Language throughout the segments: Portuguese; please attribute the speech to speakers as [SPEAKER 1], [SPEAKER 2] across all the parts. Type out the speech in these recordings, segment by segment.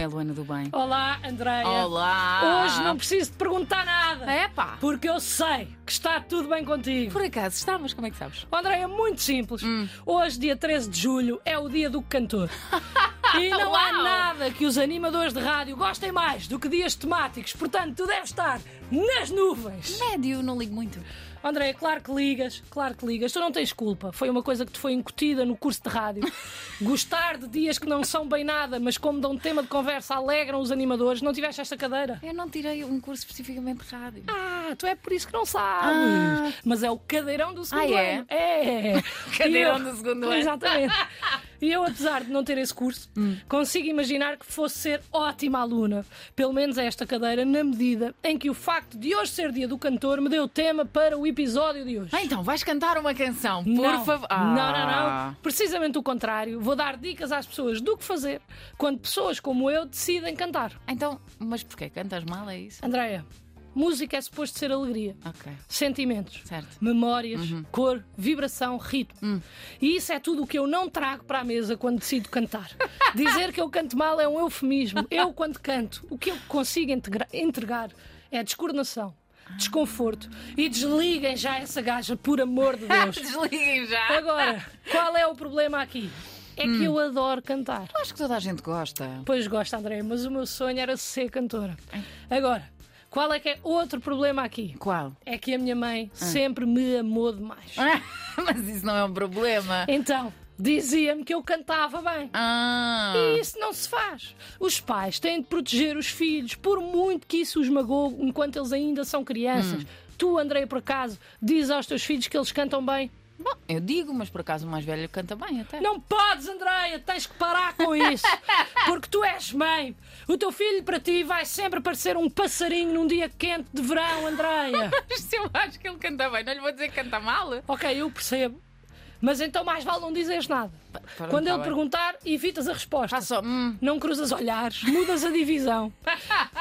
[SPEAKER 1] é, Luana do Bem?
[SPEAKER 2] Olá, Andréia.
[SPEAKER 1] Olá.
[SPEAKER 2] Hoje não preciso te perguntar nada.
[SPEAKER 1] É pá.
[SPEAKER 2] Porque eu sei que está tudo bem contigo.
[SPEAKER 1] Por acaso, está, mas como é que sabes?
[SPEAKER 2] Oh, Andréia, muito simples.
[SPEAKER 1] Hum.
[SPEAKER 2] Hoje, dia 13 de julho, é o dia do cantor. E não há
[SPEAKER 1] Uau.
[SPEAKER 2] nada que os animadores de rádio gostem mais do que dias temáticos. Portanto, tu deves estar nas nuvens.
[SPEAKER 1] Médio, não ligo muito.
[SPEAKER 2] André, claro que ligas, claro que ligas. Tu não tens culpa. Foi uma coisa que te foi incutida no curso de rádio. Gostar de dias que não são bem nada, mas como dão tema de conversa, alegram os animadores. Não tiveste esta cadeira?
[SPEAKER 1] Eu não tirei um curso especificamente de rádio.
[SPEAKER 2] Ah, tu é por isso que não sabes. Mas é o cadeirão do segundo
[SPEAKER 1] Ah, é?
[SPEAKER 2] ano. É.
[SPEAKER 1] Cadeirão
[SPEAKER 2] E
[SPEAKER 1] do segundo ano.
[SPEAKER 2] Exatamente. E eu, apesar de não ter esse curso,
[SPEAKER 1] Hum.
[SPEAKER 2] consigo imaginar que fosse ser ótima aluna. Pelo menos a esta cadeira, na medida em que o facto de hoje ser dia do cantor me deu tema para o episódio de hoje.
[SPEAKER 1] Ah, então, vais cantar uma canção, por
[SPEAKER 2] Não.
[SPEAKER 1] favor.
[SPEAKER 2] Não, não,
[SPEAKER 1] Ah.
[SPEAKER 2] não. Precisamente o contrário. Vou dar dicas às pessoas do que fazer quando pessoas como eu decidem cantar.
[SPEAKER 1] Então, mas porquê? Cantas mal, é isso?
[SPEAKER 2] Andréia, música é suposto ser alegria,
[SPEAKER 1] Ok.
[SPEAKER 2] sentimentos,
[SPEAKER 1] Certo.
[SPEAKER 2] memórias, cor, vibração, ritmo. E isso é tudo o que eu não trago para a mesa quando decido cantar. Dizer que eu canto mal é um eufemismo. Eu, quando canto, o que eu consigo integra- entregar é descoordenação. Desconforto. E desliguem já essa gaja, por amor de Deus.
[SPEAKER 1] Desliguem já.
[SPEAKER 2] Agora, qual é o problema aqui? É que eu adoro cantar.
[SPEAKER 1] Acho que toda a gente gosta.
[SPEAKER 2] Pois gosto, André, mas o meu sonho era ser cantora. Agora, qual é que é outro problema aqui?
[SPEAKER 1] Qual?
[SPEAKER 2] É que a minha mãe sempre me amou demais.
[SPEAKER 1] mas isso não é um problema.
[SPEAKER 2] Então, dizia-me que eu cantava bem.
[SPEAKER 1] Ah.
[SPEAKER 2] E isso não se faz. Os pais têm de proteger os filhos, por muito que isso os magoe enquanto eles ainda são
[SPEAKER 1] Hum.
[SPEAKER 2] crianças. Tu, André, por acaso, diz aos teus filhos que eles cantam bem?
[SPEAKER 1] Bom, eu digo, mas por acaso o mais velho canta bem até.
[SPEAKER 2] Não podes, Andreia, tens que parar com isso. Porque tu és mãe. O teu filho para ti vai sempre parecer um passarinho num dia quente de verão, Andreia.
[SPEAKER 1] Mas se eu acho que ele canta bem, não lhe vou dizer que canta mal.
[SPEAKER 2] ok, eu percebo. Mas então mais vale não dizeres nada.
[SPEAKER 1] pronto,
[SPEAKER 2] Quando
[SPEAKER 1] tá
[SPEAKER 2] ele
[SPEAKER 1] bem.
[SPEAKER 2] perguntar, evitas a resposta.
[SPEAKER 1] Faço. Hum.
[SPEAKER 2] Não cruzas olhares, mudas a divisão.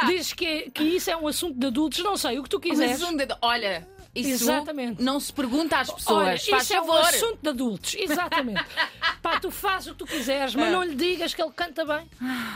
[SPEAKER 2] Dizes que, é- que isso é um assunto de adultos, não sei, o que tu quiseres.
[SPEAKER 1] Mas um dedo. Olha, isso
[SPEAKER 2] Exatamente.
[SPEAKER 1] não se pergunta às pessoas.
[SPEAKER 2] Olha,
[SPEAKER 1] Faz
[SPEAKER 2] isso
[SPEAKER 1] favor.
[SPEAKER 2] é um assunto de adultos, exatamente. Pá, tu fazes o que tu quiseres,
[SPEAKER 1] É.
[SPEAKER 2] mas não lhe digas que ele canta bem.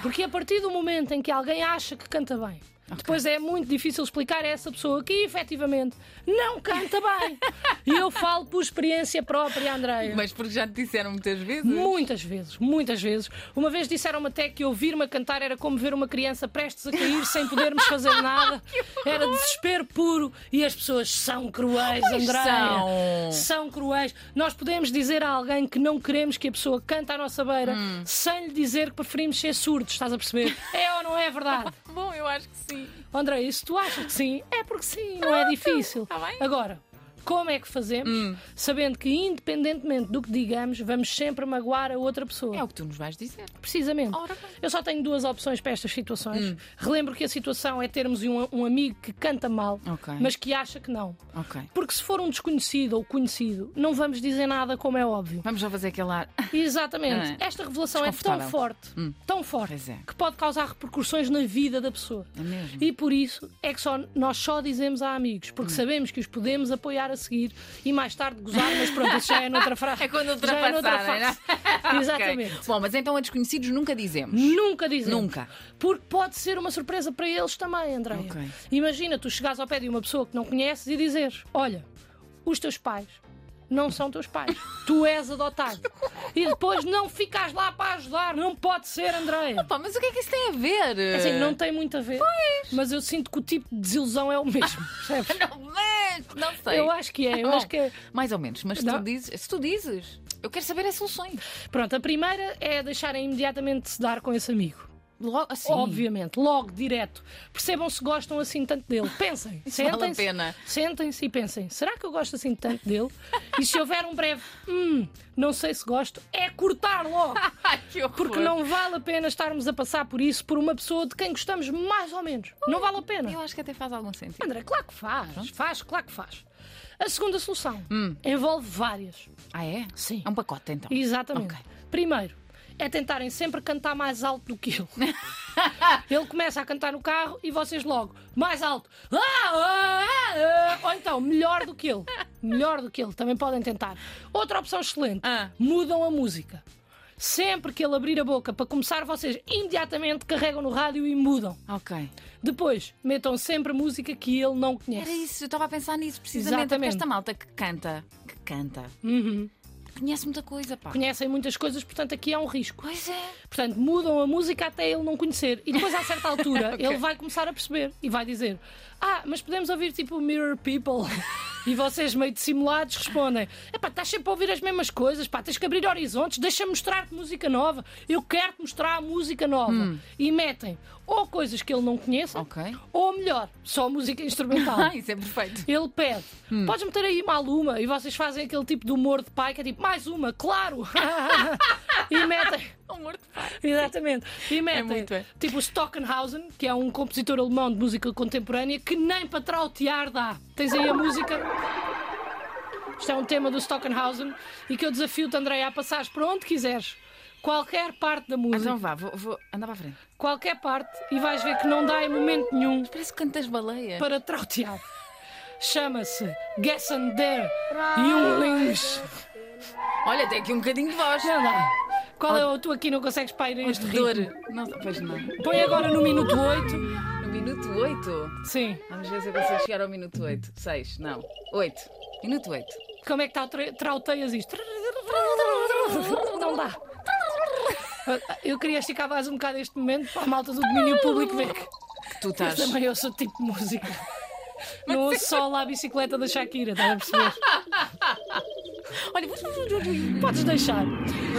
[SPEAKER 2] Porque a partir do momento em que alguém acha que canta bem, depois é muito difícil explicar a essa pessoa que efetivamente não canta bem. e eu falo por experiência própria, Andréia.
[SPEAKER 1] Mas porque já te disseram muitas vezes.
[SPEAKER 2] Muitas vezes, muitas vezes. Uma vez disseram-me até que ouvir-me a cantar era como ver uma criança prestes a cair sem podermos fazer nada. Era desespero puro e as pessoas são cruéis,
[SPEAKER 1] Pois
[SPEAKER 2] Andréia.
[SPEAKER 1] são.
[SPEAKER 2] São cruéis. Nós podemos dizer a alguém que não queremos que a pessoa cante à nossa beira
[SPEAKER 1] Hum.
[SPEAKER 2] sem lhe dizer que preferimos ser surdos, estás a perceber? É ou não é verdade?
[SPEAKER 1] Bom, eu acho que sim.
[SPEAKER 2] André, e se tu achas que sim, é porque sim, não é difícil.
[SPEAKER 1] tá bem. Hum.
[SPEAKER 2] Agora, como é que fazemos? Sabendo que, independentemente do que digamos, vamos sempre magoar a outra pessoa.
[SPEAKER 1] É o que tu nos vais dizer.
[SPEAKER 2] Precisamente.
[SPEAKER 1] Ora Hum. bem.
[SPEAKER 2] Eu só tenho duas opções para estas situações. Relembro que a situação é termos um, um amigo que canta mal,
[SPEAKER 1] Ok.
[SPEAKER 2] mas que acha que não.
[SPEAKER 1] Ok.
[SPEAKER 2] Porque se for um desconhecido ou conhecido, não vamos dizer nada, como é óbvio.
[SPEAKER 1] Vamos já fazer aquele ar.
[SPEAKER 2] Exatamente.
[SPEAKER 1] Não é?
[SPEAKER 2] Esta revelação é tão
[SPEAKER 1] Desconfortável.
[SPEAKER 2] forte, tão
[SPEAKER 1] Pois
[SPEAKER 2] forte,
[SPEAKER 1] é.
[SPEAKER 2] que pode causar repercussões na vida da pessoa.
[SPEAKER 1] É mesmo?
[SPEAKER 2] E por isso é que só, nós só dizemos a amigos, porque
[SPEAKER 1] Hum.
[SPEAKER 2] sabemos que os podemos apoiar a seguir e mais tarde gozar, mas pronto, isso já é noutra frase.
[SPEAKER 1] É quando
[SPEAKER 2] Já é noutra
[SPEAKER 1] ultrapassarem, é?
[SPEAKER 2] fase.
[SPEAKER 1] Ah, Ok.
[SPEAKER 2] Exatamente.
[SPEAKER 1] Bom, mas então a desconhecidos nunca dizemos.
[SPEAKER 2] Nunca dizemos.
[SPEAKER 1] Nunca.
[SPEAKER 2] Porque pode ser uma surpresa para eles também, André.
[SPEAKER 1] Ok.
[SPEAKER 2] Imagina tu chegares ao pé de uma pessoa que não conheces e dizeres: Olha, os teus pais não são teus pais, tu és adotado. e depois não ficas lá para ajudar, não pode ser, Andréia.
[SPEAKER 1] Pá, mas o que é que isso tem a ver?
[SPEAKER 2] É Assim, não tem muito a ver, mas eu sinto que o tipo de desilusão é o mesmo. percebes?
[SPEAKER 1] Não, mas, não sei.
[SPEAKER 2] Eu acho que é, eu
[SPEAKER 1] Bom,
[SPEAKER 2] acho que é.
[SPEAKER 1] Mais ou menos, mas se
[SPEAKER 2] Não.
[SPEAKER 1] tu dizes, se tu dizes, eu quero saber as soluções.
[SPEAKER 2] Pronto, a primeira é deixarem imediatamente se dar com esse amigo.
[SPEAKER 1] Logo assim.
[SPEAKER 2] Obviamente, logo, direto. Percebam se gostam assim tanto dele. Pensem,
[SPEAKER 1] Isso vale a
[SPEAKER 2] sentem-se
[SPEAKER 1] pena.
[SPEAKER 2] sentem-se e pensem: será que eu gosto assim tanto dele? E se houver um breve, hum, não sei se gosto, é cortar logo.
[SPEAKER 1] Ai, que horror.
[SPEAKER 2] Porque não é vale a pena estarmos a passar por isso por uma pessoa de quem gostamos mais ou menos. Não vale a pena.
[SPEAKER 1] Eu acho que até faz algum sentido.
[SPEAKER 2] André, claro que faz. Hum. Faz, claro que faz. A segunda solução envolve várias.
[SPEAKER 1] Ah, é?
[SPEAKER 2] Sim.
[SPEAKER 1] É um pacote então.
[SPEAKER 2] Exatamente.
[SPEAKER 1] Ok.
[SPEAKER 2] Primeiro, é tentarem sempre cantar mais alto do que ele. ele começa a cantar no carro e vocês logo, mais alto. Ah, ah, ah, ah. Ou então, melhor do que ele. Melhor do que ele, também podem tentar. Outra opção excelente:
[SPEAKER 1] Ah.
[SPEAKER 2] mudam a música. Sempre que ele abrir a boca para começar, vocês imediatamente carregam no rádio e mudam.
[SPEAKER 1] Ok.
[SPEAKER 2] Depois, metam sempre música que ele não
[SPEAKER 1] Era
[SPEAKER 2] conhece.
[SPEAKER 1] isso, eu estava a pensar nisso precisamente. Porque
[SPEAKER 2] Exatamente.
[SPEAKER 1] esta malta que canta, que canta,
[SPEAKER 2] Uhum.
[SPEAKER 1] conhece muita coisa, pá.
[SPEAKER 2] Conhecem muitas coisas, portanto aqui há um risco.
[SPEAKER 1] Pois é.
[SPEAKER 2] Portanto, mudam a música até ele não conhecer. E depois, a certa altura, ele vai começar a perceber e vai dizer: Ah, mas podemos ouvir tipo Mirror People. E vocês, meio dissimulados, respondem: Epá, estás sempre a ouvir as mesmas coisas, pá, tens que abrir horizontes, deixa-me mostrar-te música nova. Eu quero-te mostrar a música nova. E metem ou coisas que ele não conheça,
[SPEAKER 1] Ok.
[SPEAKER 2] ou melhor, só música instrumental.
[SPEAKER 1] Ah, isso é perfeito.
[SPEAKER 2] Ele pede, podes meter aí Maluma e vocês fazem aquele tipo de humor de pai que é tipo, mais uma, claro! e metem,
[SPEAKER 1] Um morto.
[SPEAKER 2] Exatamente. E metem,
[SPEAKER 1] muito, é.
[SPEAKER 2] tipo Stockenhausen, que é um compositor alemão de música contemporânea, que nem para trautear dá. Tens aí a música. Isto é um tema do Stockenhausen e que eu desafio-te, Andréia, a passares para onde quiseres. Qualquer parte da música,
[SPEAKER 1] Então vá, vou, vou andar para a frente.
[SPEAKER 2] qualquer parte, e vais ver que não dá em momento nenhum
[SPEAKER 1] Parece que cantas baleia.
[SPEAKER 2] para trautear. Chama-se Guess and Dare um Junglings.
[SPEAKER 1] Olha, tem aqui um bocadinho de voz.
[SPEAKER 2] Não dá. Qual é o tu aqui não consegues pairar este
[SPEAKER 1] Ah. Oh, Dor.
[SPEAKER 2] ritmo?
[SPEAKER 1] Não, pois não.
[SPEAKER 2] Põe agora no minuto 8.
[SPEAKER 1] No minuto 8.
[SPEAKER 2] Sim.
[SPEAKER 1] Vamos ver se eu consigo chegar ao minuto 8. 6, não. 8. Minuto 8.
[SPEAKER 2] Como é que tá, tra- trauteias isto? Não dá. Eu queria esticar mais um bocado este momento para a malta do domínio público ver que
[SPEAKER 1] Tu estás.
[SPEAKER 2] também eu sou tipo de música. Não ouço só lá a bicicleta da Shakira, estás a perceber?
[SPEAKER 1] Olha, vou
[SPEAKER 2] Podes deixar,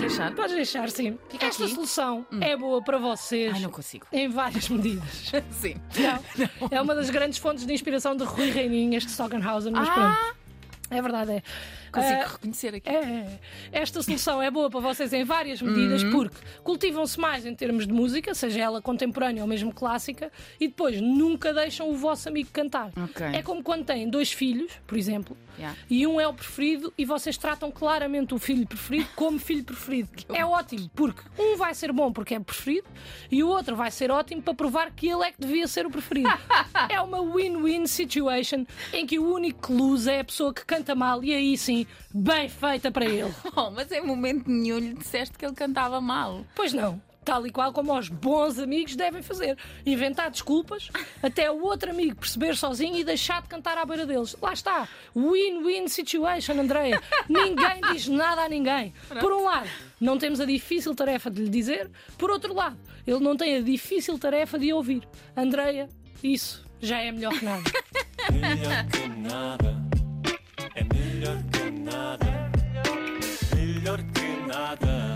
[SPEAKER 1] deixar.
[SPEAKER 2] podes deixar sim.
[SPEAKER 1] Fica
[SPEAKER 2] Esta
[SPEAKER 1] aqui. Hum.
[SPEAKER 2] solução é boa para vocês
[SPEAKER 1] Ai, não consigo.
[SPEAKER 2] em várias medidas.
[SPEAKER 1] Sim.
[SPEAKER 2] Não. É uma das grandes fontes de inspiração de Rui Reininhas de Stockenhausen, mas pronto.
[SPEAKER 1] Ah,
[SPEAKER 2] É verdade, é.
[SPEAKER 1] consigo
[SPEAKER 2] Eh,
[SPEAKER 1] reconhecer aqui.
[SPEAKER 2] É, esta solução é boa para vocês em várias medidas,
[SPEAKER 1] Uhum.
[SPEAKER 2] porque cultivam-se mais em termos de música, seja ela contemporânea ou mesmo clássica, e depois nunca deixam o vosso amigo cantar.
[SPEAKER 1] Ok.
[SPEAKER 2] É como quando têm dois filhos, por exemplo,
[SPEAKER 1] Yeah.
[SPEAKER 2] e um é o preferido, e vocês tratam claramente o filho preferido como filho preferido. É ótimo, porque um vai ser bom porque é preferido, e o outro vai ser ótimo para provar que ele é que devia ser o preferido. é uma win-win situation em que o único que lose é a pessoa que canta mal, e aí sim, bem feita para ele.
[SPEAKER 1] Oh, mas em momento nenhum lhe disseste que ele cantava mal.
[SPEAKER 2] Pois não. Tal e qual como os bons amigos devem fazer. Inventar desculpas até o outro amigo perceber sozinho e deixar de cantar à beira deles. Lá está. Win-win situation, Andreia. Ninguém diz nada a ninguém. Por um lado, não temos a difícil tarefa de lhe dizer. Por outro lado, ele não tem a difícil tarefa de ouvir. Andreia, isso já é melhor que nada.
[SPEAKER 3] Melhor que nada. É melhor que nada. Melhor que nada.